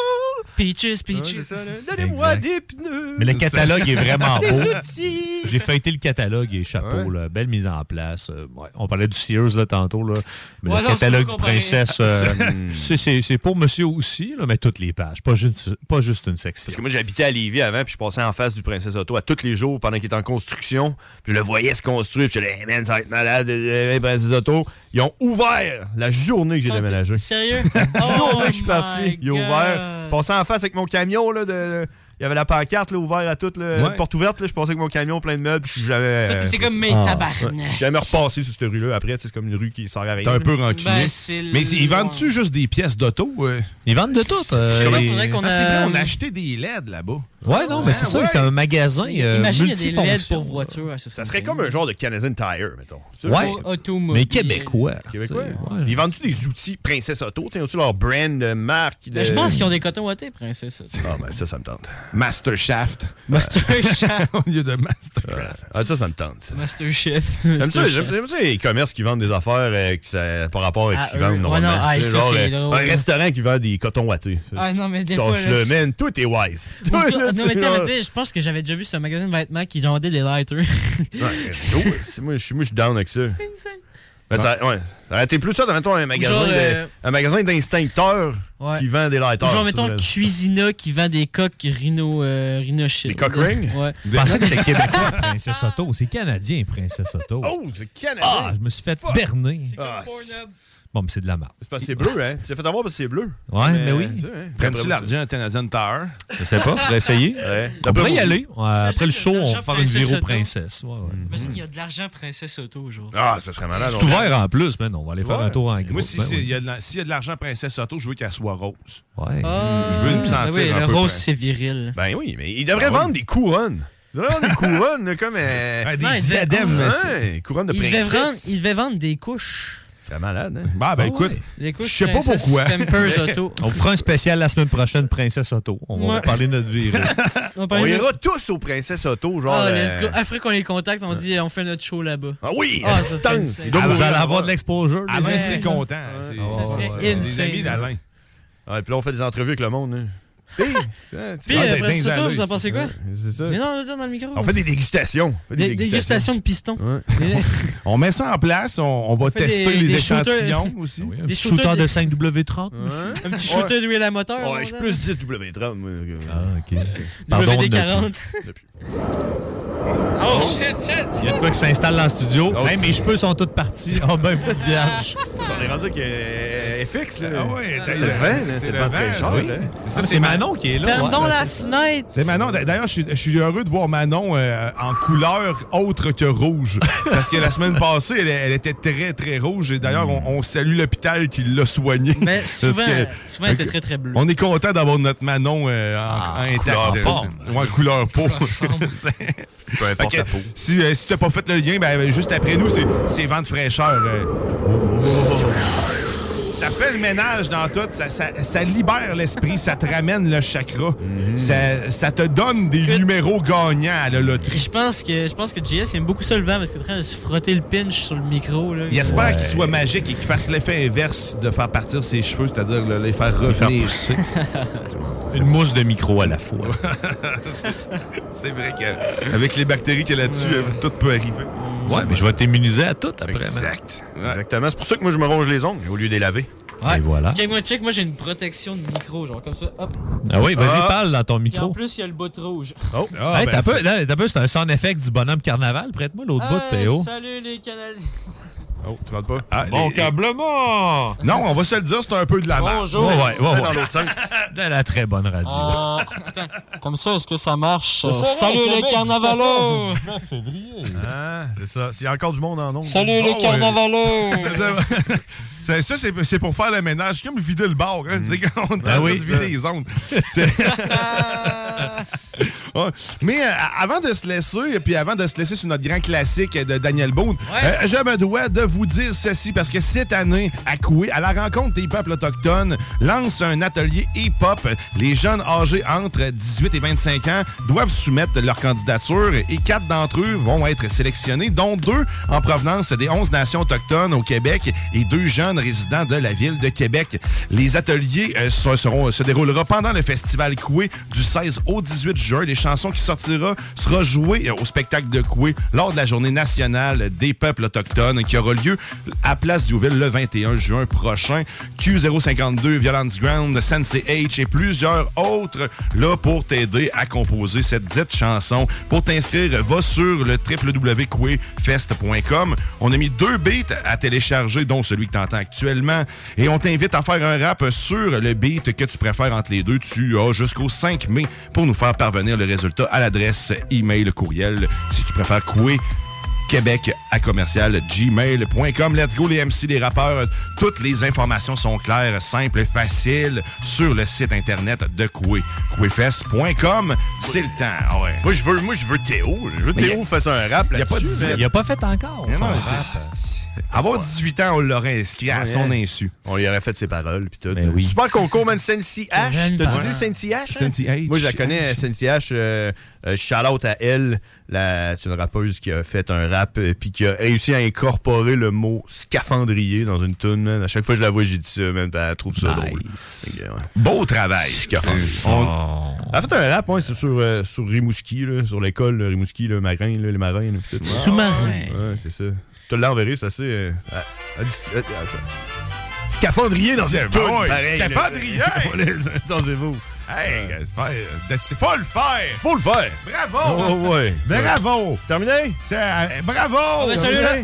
Speaker 6: Peaches, peaches.
Speaker 2: Donnez-moi des pneus.
Speaker 7: Mais le catalogue est vraiment
Speaker 2: Des
Speaker 7: beau.
Speaker 2: outils.
Speaker 7: J'ai feuilleté le catalogue et chapeau, là, belle mise en place. Euh, ouais, on parlait du Sears là, tantôt, là, mais
Speaker 6: Ouais,
Speaker 7: le
Speaker 6: non, c'est
Speaker 7: catalogue
Speaker 6: pas
Speaker 7: du
Speaker 6: comparé.
Speaker 7: Princesse, euh,
Speaker 2: hmm.
Speaker 7: c'est- c'est c'est pour monsieur aussi, là, mais toutes les pages, pas juste, pas juste une section.
Speaker 2: Parce que moi, j'habitais à Lévis avant, puis je passais en face du Princesse Auto à tous les jours pendant qu'il était en construction. Puis je le voyais se construire, puis je disais, hey, man, ça va être malade, euh, hey, Princesse Auto. Ils ont ouvert la journée que j'ai déménagé.
Speaker 6: Sérieux? Oh
Speaker 2: La journée que je suis
Speaker 6: my
Speaker 2: parti, ils ont ouvert.
Speaker 6: God.
Speaker 2: Passais en face avec mon camion, là, de. Il y avait la pancarte là, ouverte à toute, là,
Speaker 6: Ouais.
Speaker 2: la porte ouverte. Là, je passais avec mon camion plein de meubles. puis Je suis jamais.
Speaker 6: Toi, t'étais
Speaker 2: euh,
Speaker 6: comme, mais
Speaker 2: Ah.
Speaker 6: tabarnak.
Speaker 2: Ouais. Je suis jamais repassé sur cette rue-là. Après, tu sais, c'est comme une rue qui sert à rien.
Speaker 5: T'es un
Speaker 2: là.
Speaker 5: peu rancunier.
Speaker 6: Ben, c'est
Speaker 5: mais c'est- ils
Speaker 6: loin.
Speaker 5: vendent-tu juste des pièces d'auto? euh?
Speaker 7: Ils vendent de tout.
Speaker 5: Je
Speaker 7: euh,
Speaker 5: comprends-
Speaker 7: et-
Speaker 5: Ah, c'est vrai, on a acheté des LED là-bas.
Speaker 7: Ouais, non, mais c'est
Speaker 5: Ah,
Speaker 7: ça,
Speaker 5: ouais.
Speaker 7: c'est un magasin euh,
Speaker 6: Imagine, il y a des LED
Speaker 7: multifonction.
Speaker 6: pour voiture. Ça
Speaker 2: Ça serait comme un genre de Canadian Tire, mettons.
Speaker 7: Ouais,
Speaker 6: automobile.
Speaker 7: mais québécois.
Speaker 2: Québécois. Ils vendent-tu des outils Princesse Auto? Tiens, ont-tu leur brand, euh, marque? de-
Speaker 6: Ben, je pense qu'ils ont des cotons wattés, princesse.
Speaker 2: Ah, ben ça, ça me tente.
Speaker 5: Master Shaft.
Speaker 6: Master Shaft.
Speaker 5: Au lieu de Master.
Speaker 2: Ah, ça, ça me tente. ça.
Speaker 6: Master Chef.
Speaker 2: J'aime ça, j'aime j'aime ça les commerces qui vendent des affaires euh, qui ça, par rapport à
Speaker 6: Ah,
Speaker 2: ce qu'ils
Speaker 6: eux.
Speaker 2: vendent
Speaker 6: Ouais,
Speaker 2: normalement.
Speaker 6: non, ah,
Speaker 2: Tu sais,
Speaker 6: ça,
Speaker 2: genre,
Speaker 6: c'est
Speaker 2: euh,
Speaker 6: drôle.
Speaker 2: un restaurant qui vend des cotons wattés.
Speaker 6: Ah, non, mais des
Speaker 2: Torche
Speaker 6: fois, là,
Speaker 2: le
Speaker 6: c'est-
Speaker 2: man, tout est wise.
Speaker 6: Ou
Speaker 2: Tout, là,
Speaker 6: ça- non,
Speaker 2: tu
Speaker 6: mais
Speaker 2: sais,
Speaker 6: t'as-
Speaker 2: genre-
Speaker 6: t'as- je pense que j'avais déjà vu ce magasin de vêtements qui vendait des lighters.
Speaker 2: Ouais, c'est cool. C'est- moi, je suis- moi, je suis down avec ça. Ben, ça, ouais. ça aurait été plus ça dans mettons, un magasin,
Speaker 6: genre,
Speaker 2: de-
Speaker 6: euh,
Speaker 2: un magasin d'instincteurs
Speaker 6: Ouais.
Speaker 2: qui vend des lighters.
Speaker 6: Genre,
Speaker 2: ça,
Speaker 6: mettons,
Speaker 2: ça-
Speaker 6: Cuisina qui vend des coques rhino, euh, rhino shit.
Speaker 2: Des cock rings?
Speaker 6: Ouais.
Speaker 7: Je pensais que c'était québécois, Princesse Auto. C'est canadien, Princesse Auto.
Speaker 2: Oh, c'est Canadien.
Speaker 7: Ah, je me suis fait
Speaker 2: Fuck.
Speaker 7: berner.
Speaker 2: Ah,
Speaker 7: Bon, mais c'est de la merde.
Speaker 2: C'est parce que c'est bleu, hein? Tu t'es fait avoir parce que c'est bleu.
Speaker 7: Ouais,
Speaker 6: ben
Speaker 7: mais oui.
Speaker 2: tu sais, hein,
Speaker 5: Prends-tu
Speaker 2: après-
Speaker 5: l'argent à Canadian Tower?
Speaker 7: Je sais pas, faudrait essayer. On
Speaker 2: D'après
Speaker 7: pourrait y
Speaker 2: vous-
Speaker 7: aller. Ouais, Après le show,
Speaker 6: le
Speaker 7: on
Speaker 6: shop
Speaker 7: va faire une
Speaker 6: Princesse
Speaker 7: viro
Speaker 5: hein.
Speaker 6: Auto.
Speaker 7: princesse. Ouais, ouais.
Speaker 6: Imagine, il y a de l'argent princesse auto aujourd'hui.
Speaker 2: Ah, ça serait malade.
Speaker 7: C'est
Speaker 2: on-
Speaker 7: ouvert en plus, man. On va aller faire
Speaker 2: Ouais.
Speaker 7: un tour en groupe.
Speaker 5: Moi, s'il
Speaker 7: ben
Speaker 5: si,
Speaker 7: oui.
Speaker 5: y, a de la- s'il y a de l'argent Princesse Auto, je veux qu'elle soit rose.
Speaker 7: Ouais.
Speaker 5: je veux me sentir
Speaker 6: Ah, ben oui,
Speaker 5: un
Speaker 6: le
Speaker 5: peu
Speaker 6: rose,
Speaker 5: prince.
Speaker 6: c'est viril.
Speaker 2: Ben oui, mais il devrait vendre des couronnes. Il devrait vendre des couronnes, là, comme. euh,
Speaker 5: Ah, des
Speaker 7: ben,
Speaker 6: Non, il devait-
Speaker 7: oh,
Speaker 5: diadèmes.
Speaker 7: hein?
Speaker 2: ouais,
Speaker 5: c'est-
Speaker 2: des couronnes de
Speaker 6: Il devait, vendre,
Speaker 2: princesse.
Speaker 6: il devait vendre des couches.
Speaker 2: Ce serait malade, hein?
Speaker 5: Bah,
Speaker 7: Ah
Speaker 5: ben
Speaker 7: ouais.
Speaker 5: écoute,
Speaker 6: Des couches
Speaker 5: je sais pas
Speaker 6: princesse
Speaker 5: pourquoi.
Speaker 6: Pampers auto.
Speaker 7: On fera un spécial la semaine prochaine, Princesse Auto. On va
Speaker 6: Ouais.
Speaker 7: parler de notre vie. là.
Speaker 6: On
Speaker 2: On
Speaker 6: parlait de-
Speaker 2: ira tous aux princesses auto, genre.
Speaker 6: Ah,
Speaker 2: euh,
Speaker 6: let's go. Après qu'on les contacte, on dit on fait notre show là-bas.
Speaker 2: Ah oui,
Speaker 6: Ah, ça, c'est
Speaker 2: distance.
Speaker 6: insane.
Speaker 2: Il
Speaker 7: Ah,
Speaker 2: doit
Speaker 7: vous
Speaker 2: mourir
Speaker 7: allez avoir
Speaker 2: là-bas.
Speaker 7: de l'exposure. des
Speaker 5: Alain
Speaker 6: ouais.
Speaker 5: serait content. Ah, ben, C'est-
Speaker 6: serait
Speaker 5: c'est- c'est des
Speaker 6: insane.
Speaker 5: amis d'Alain.
Speaker 2: Ah, et puis là, on fait des entrevues avec le monde. hein. Hey, tiens, tu-
Speaker 6: Puis,
Speaker 5: Ah,
Speaker 6: euh,
Speaker 5: ben,
Speaker 6: princesse
Speaker 5: ben,
Speaker 6: auto,
Speaker 5: ben,
Speaker 6: vous en pensez quoi
Speaker 2: c'est ça.
Speaker 6: Mais non, on va dire dans le micro.
Speaker 2: On ben. fait des dégustations. On fait
Speaker 6: Des- dégustations de pistons.
Speaker 5: On met ça en place, on, on va
Speaker 6: fait
Speaker 5: tester
Speaker 6: des-
Speaker 5: les
Speaker 6: des shooters.
Speaker 5: échantillons aussi.
Speaker 7: Oui, un
Speaker 6: Des
Speaker 7: petit
Speaker 6: shooters
Speaker 7: shooter
Speaker 6: de-
Speaker 7: de 5W30. monsieur.
Speaker 6: Un petit shooter de d'huile à moteur.
Speaker 2: Ah Ouais,
Speaker 6: on
Speaker 2: je suis
Speaker 6: va
Speaker 2: plus 10 W30. moi, donc, euh,
Speaker 7: Ah, OK. Pardon, on a plus.
Speaker 6: WD-40. Oh shit, shit!
Speaker 7: Il y a de quoi qui s'installe dans le studio.
Speaker 2: Oh,
Speaker 7: Hey,
Speaker 2: c'est-
Speaker 7: mes cheveux sont tous partis. Oh, ben, vous de vierge.
Speaker 2: On est rendu qu'elle est fixe, là.
Speaker 5: Ah ouais,
Speaker 2: c'est le vent, là. C'est le vent très cher, hein.
Speaker 5: c'est-
Speaker 2: là.
Speaker 5: Ça,
Speaker 7: Ah, C'est Manon qui est là.
Speaker 6: Ferme
Speaker 7: ouais.
Speaker 6: donc la fenêtre!
Speaker 5: C'est Manon. D- D'ailleurs, je suis- je suis heureux de voir Manon euh, en couleur autre que rouge. Parce que la semaine passée, elle, elle était très, très rouge. Et d'ailleurs, on, on salue l'hôpital qui l'a soignée.
Speaker 6: Mais
Speaker 5: Parce
Speaker 6: souvent, euh,
Speaker 5: que-
Speaker 6: souvent, elle était très très bleue.
Speaker 5: on est content d'avoir notre Manon euh, en, en intact.
Speaker 7: couleur
Speaker 5: Euh,
Speaker 7: forme.
Speaker 5: c'est- ouais, couleur peau. C'est-
Speaker 2: Peu importe
Speaker 5: Fait que, Si, euh, si t'as pas fait le lien, ben, ben, juste après nous, c'est- c'est vent de fraîcheur. euh. Ça fait le ménage dans tout, ça, ça- ça libère l'esprit, ça te ramène le chakra,
Speaker 7: Mhm.
Speaker 5: ça, ça te donne des
Speaker 6: Que-
Speaker 5: numéros gagnants à la loterie.
Speaker 6: Je pense que je pense que JS aime beaucoup ça le vent parce qu'il est en train de se frotter le pinch sur le micro là.
Speaker 5: Il espère qu'il soit magique et qu'il fasse l'effet inverse de faire partir ses cheveux, c'est-à-dire le- les faire revenir.
Speaker 7: Une mousse de micro à la fois.
Speaker 5: C'est vrai qu'avec les bactéries qu'il y a là-dessus, euh, tout peut arriver.
Speaker 7: Ouais, mais je vais t'immuniser à tout après. man.
Speaker 2: Exact. Exactement. C'est pour ça que moi, je me ronge les ongles au lieu de les laver.
Speaker 7: Et voilà.
Speaker 6: Parce que moi check, moi j'ai une protection de micro genre comme ça. Hop.
Speaker 7: Ah oui, vas-y,
Speaker 2: Ah.
Speaker 7: parle dans ton
Speaker 6: Et en
Speaker 7: micro.
Speaker 6: plus il y a le bout de rouge.
Speaker 5: Oh,
Speaker 7: Hey, t'as peu, là, t'as peu, c'est un sound effect du bonhomme carnaval. Prête-moi l'autre bout,
Speaker 6: Ah,
Speaker 7: Théo.
Speaker 6: salut les Canadiens.
Speaker 2: Oh, tu rentres pas?
Speaker 5: Bon,
Speaker 7: câblement!
Speaker 5: Non, on va se le dire, c'est un peu de la merde.
Speaker 6: Bonjour.
Speaker 7: Ouais, ouais,
Speaker 2: C'est
Speaker 7: ouais.
Speaker 2: dans l'autre sens.
Speaker 7: De la très bonne radio.
Speaker 6: Ah, attends. Comme ça est-ce que ça marche Euh, Salut les carnavalos.
Speaker 5: Hein?
Speaker 2: Ah, c'est ça. S'il y a encore du monde en ondes.
Speaker 6: Salut les
Speaker 5: Oh, ouais.
Speaker 6: carnavalos.
Speaker 5: Ça veut dire- Ça, ça, c'est c'est pour faire le ménage. C'est comme vider le bar. Hein. C'est quand on
Speaker 11: Ben
Speaker 5: tente
Speaker 11: oui,
Speaker 5: de vider
Speaker 11: ça.
Speaker 5: les ondes. C'est- Ah, Mais euh, avant de se laisser, puis avant de se laisser sur notre grand classique de Daniel Boone, euh, je me dois de vous dire ceci parce que cette année, à Coué, à la rencontre des peuples autochtones, lance un atelier hip-hop. Les jeunes âgés entre 18 et 25 ans doivent soumettre leur candidature et quatre d'entre eux vont être sélectionnés, dont deux en provenance des 11 nations autochtones au Québec et deux jeunes résidents de la ville de Québec. Les ateliers euh, se- seront, se déroulera pendant le festival Coué du 16 au 18 juin. Les chansons qui sortiront sera jouées euh, au spectacle de Coué lors de la journée nationale des peuples autochtones qui aura lieu à Place Diouville le 21 juin prochain. Q052, Violence Ground, Sensei H et plusieurs autres là pour t'aider à composer cette dite chanson. Pour t'inscrire, va sur le www.couéfest.com. On a mis deux beats à télécharger, dont celui que t'entends actuellement. Et on t'invite à faire un rap sur le beat que tu préfères entre les deux. Tu as jusqu'au 5 mai pour nous faire parvenir le résultat à l'adresse email courriel si tu préfères couer. Québec à commercial gmail.com. Let's go les MC, les rappeurs. Toutes les informations sont claires, simples et faciles sur le site internet de Coué. Couéfest.com. C'est le temps. Ah ouais.
Speaker 2: Moi, je veux, moi, je veux Théo. Je veux
Speaker 5: Mais y
Speaker 2: Théo
Speaker 5: a-
Speaker 2: fasse un rap
Speaker 5: y a pas
Speaker 2: là-dessus.
Speaker 5: 18.
Speaker 2: man.
Speaker 5: Y a
Speaker 7: pas fait encore.
Speaker 5: Non,
Speaker 2: son
Speaker 5: non,
Speaker 2: rap. hein.
Speaker 5: Avoir 18 ans, on l'aurait inscrit à
Speaker 2: Ouais. Ben
Speaker 5: son insu.
Speaker 2: On lui aurait fait ses paroles. Pis tout.
Speaker 7: oui.
Speaker 2: Tu parles qu'on commande Sensi H.
Speaker 7: Jeune
Speaker 2: T'as-tu
Speaker 7: parent.
Speaker 2: dit Sensi H? hein?
Speaker 5: Sensi H.
Speaker 2: Moi, je la connais, Sensi H. Euh, euh, shout out à elle. La- C'est une rappeuse qui a fait un rap euh, puis qui a réussi à incorporer le mot scaphandrier dans une tune. man. À chaque fois que je la vois, j'ai dit ça. Même, elle trouve ça drôle. Fait que, ouais.
Speaker 5: Beau travail.
Speaker 2: On- Elle a fait un rap, ouais, c'est sur, euh, sur Rimouski, là, sur l'école là, Rimouski, le marin, là, les marins. là, pis tout.
Speaker 6: Sous-marin.
Speaker 2: Ouais, c'est ça. Tu l'enverrais, c'est assez. euh, à- à dix- à- à- ça. Scaphandrier dans
Speaker 5: C'est
Speaker 2: une
Speaker 5: bon,
Speaker 2: toune,
Speaker 5: ouais.
Speaker 2: pareil. là.
Speaker 5: Scaphandrier!
Speaker 2: On les- Attendez-vous.
Speaker 5: Hey, c'est pas- euh, c'est- faut le faire.
Speaker 2: Faut le faire.
Speaker 5: Bravo.
Speaker 2: Oh, ouais.
Speaker 5: Bravo.
Speaker 2: C'est terminé?
Speaker 5: C'est- euh, bravo.
Speaker 2: ben, salut, là.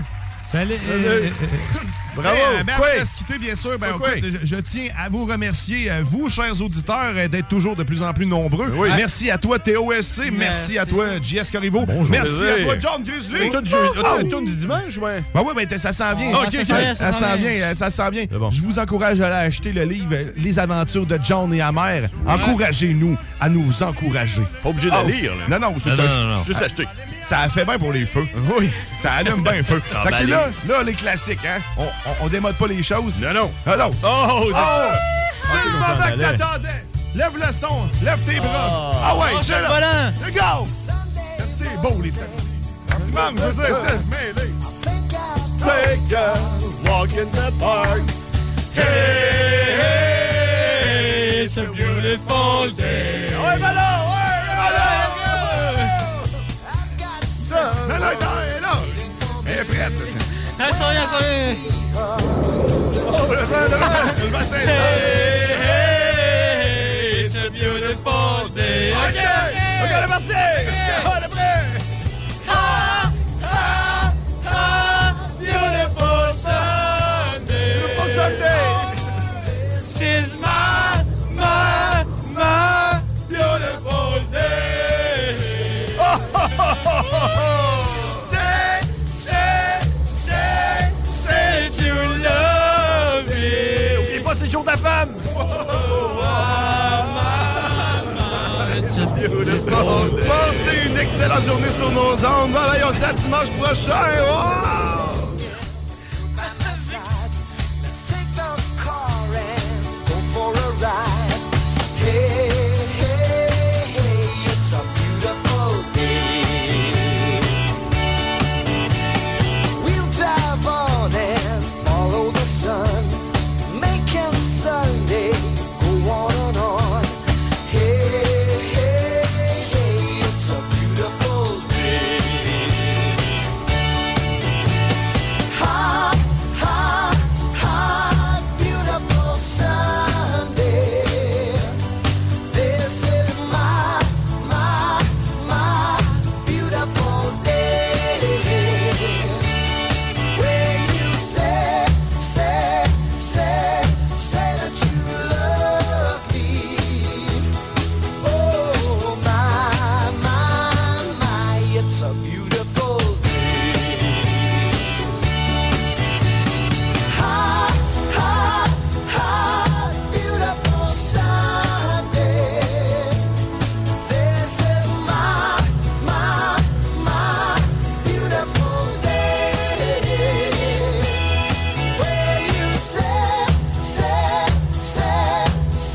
Speaker 7: Salut.
Speaker 2: euh, Bravo.
Speaker 5: Eh, ben,
Speaker 2: Quoi?
Speaker 5: avant de se quitter, bien sûr, ben,
Speaker 2: Quoi?
Speaker 5: écoute, je, je tiens à vous remercier, euh, vous, chers auditeurs, euh, d'être toujours de plus en plus nombreux.
Speaker 2: Ben
Speaker 5: Ah,
Speaker 2: Oui.
Speaker 5: Merci à toi, TOSC. Merci, à toi, JS Corriveau. Merci à toi, John Grizzly.
Speaker 2: Toi, tu as
Speaker 5: Oh!
Speaker 2: une tourne du dimanche, ouais?
Speaker 5: Ben oui, ben, t- ça sent bien.
Speaker 2: Ah, ok, ok.
Speaker 5: Ça sent bien, euh, ça sent bien. Je vous encourage à aller acheter le livre euh, Les aventures de John et Amère. Encouragez-nous à nous encourager.
Speaker 2: Pas obligé de
Speaker 5: Oh.
Speaker 2: lire, là. Ah,
Speaker 5: Non, non, c'est
Speaker 2: Non,
Speaker 5: un-
Speaker 2: non, non, non.
Speaker 5: juste
Speaker 2: Juste acheter.
Speaker 5: Ça fait bien pour les feux.
Speaker 2: Oui.
Speaker 5: Ça allume bien le feu.
Speaker 2: Ah, ben,
Speaker 5: Fait que
Speaker 2: allez.
Speaker 5: là, là, les classiques, hein. On, on, on démode pas les choses.
Speaker 2: Non, non.
Speaker 5: Ah non.
Speaker 2: Oh, c'est ça.
Speaker 5: C'est le
Speaker 2: qu'on s'en
Speaker 5: moment que
Speaker 2: allait.
Speaker 5: t'attendais. Lève le son, lève tes bras. Ah ouais, je le
Speaker 6: volant.
Speaker 5: Le go. C'est beau, les amis. Dimanche, je veux dire, c'est mêlé.
Speaker 2: Take a walk in the park. Hey, it's a beautiful day.
Speaker 5: Ouais, ben là, ouais, ben là. Non, non, attends, elle est là. Elle est prête.
Speaker 6: Ah, ça vient, ça vient.
Speaker 5: On le vent devant, on le vent, c'est
Speaker 2: It's a beautiful day.
Speaker 5: OK, OK, on est parti. On est prêt.
Speaker 2: Ah, Beautiful Sunday. Beautiful Sunday. This is my, my, my beautiful day. Say, say, say, say that you love me. Oubliez pas, c'est le jour de la femme.
Speaker 5: Passez une excellente journée sur nos ondes. Bye bye, on se dit à dimanche prochain. Oh!
Speaker 4: Sunday, go on and on. Hey, hey, hey, it's a beautiful day.
Speaker 5: Oh, Oh,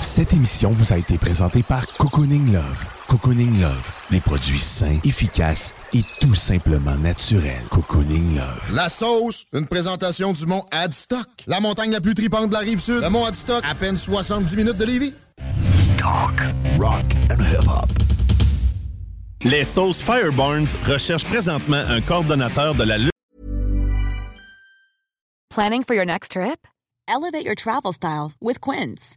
Speaker 5: Cette émission vous a été présentée par Cocooning Love. Cocooning Love, des produits sains, efficaces et tout simplement naturels. Cocooning Love.
Speaker 2: La sauce, une présentation du mont Adstock, la montagne la plus tripante de la rive sud. Le mont Adstock, à peine 70 minutes de Lévis.
Speaker 4: Talk, rock and hip-hop. Les sauces Firebarns recherchent présentement un coordonnateur de la lutte.
Speaker 12: Planning for your next trip? Elevate your travel style with Quince.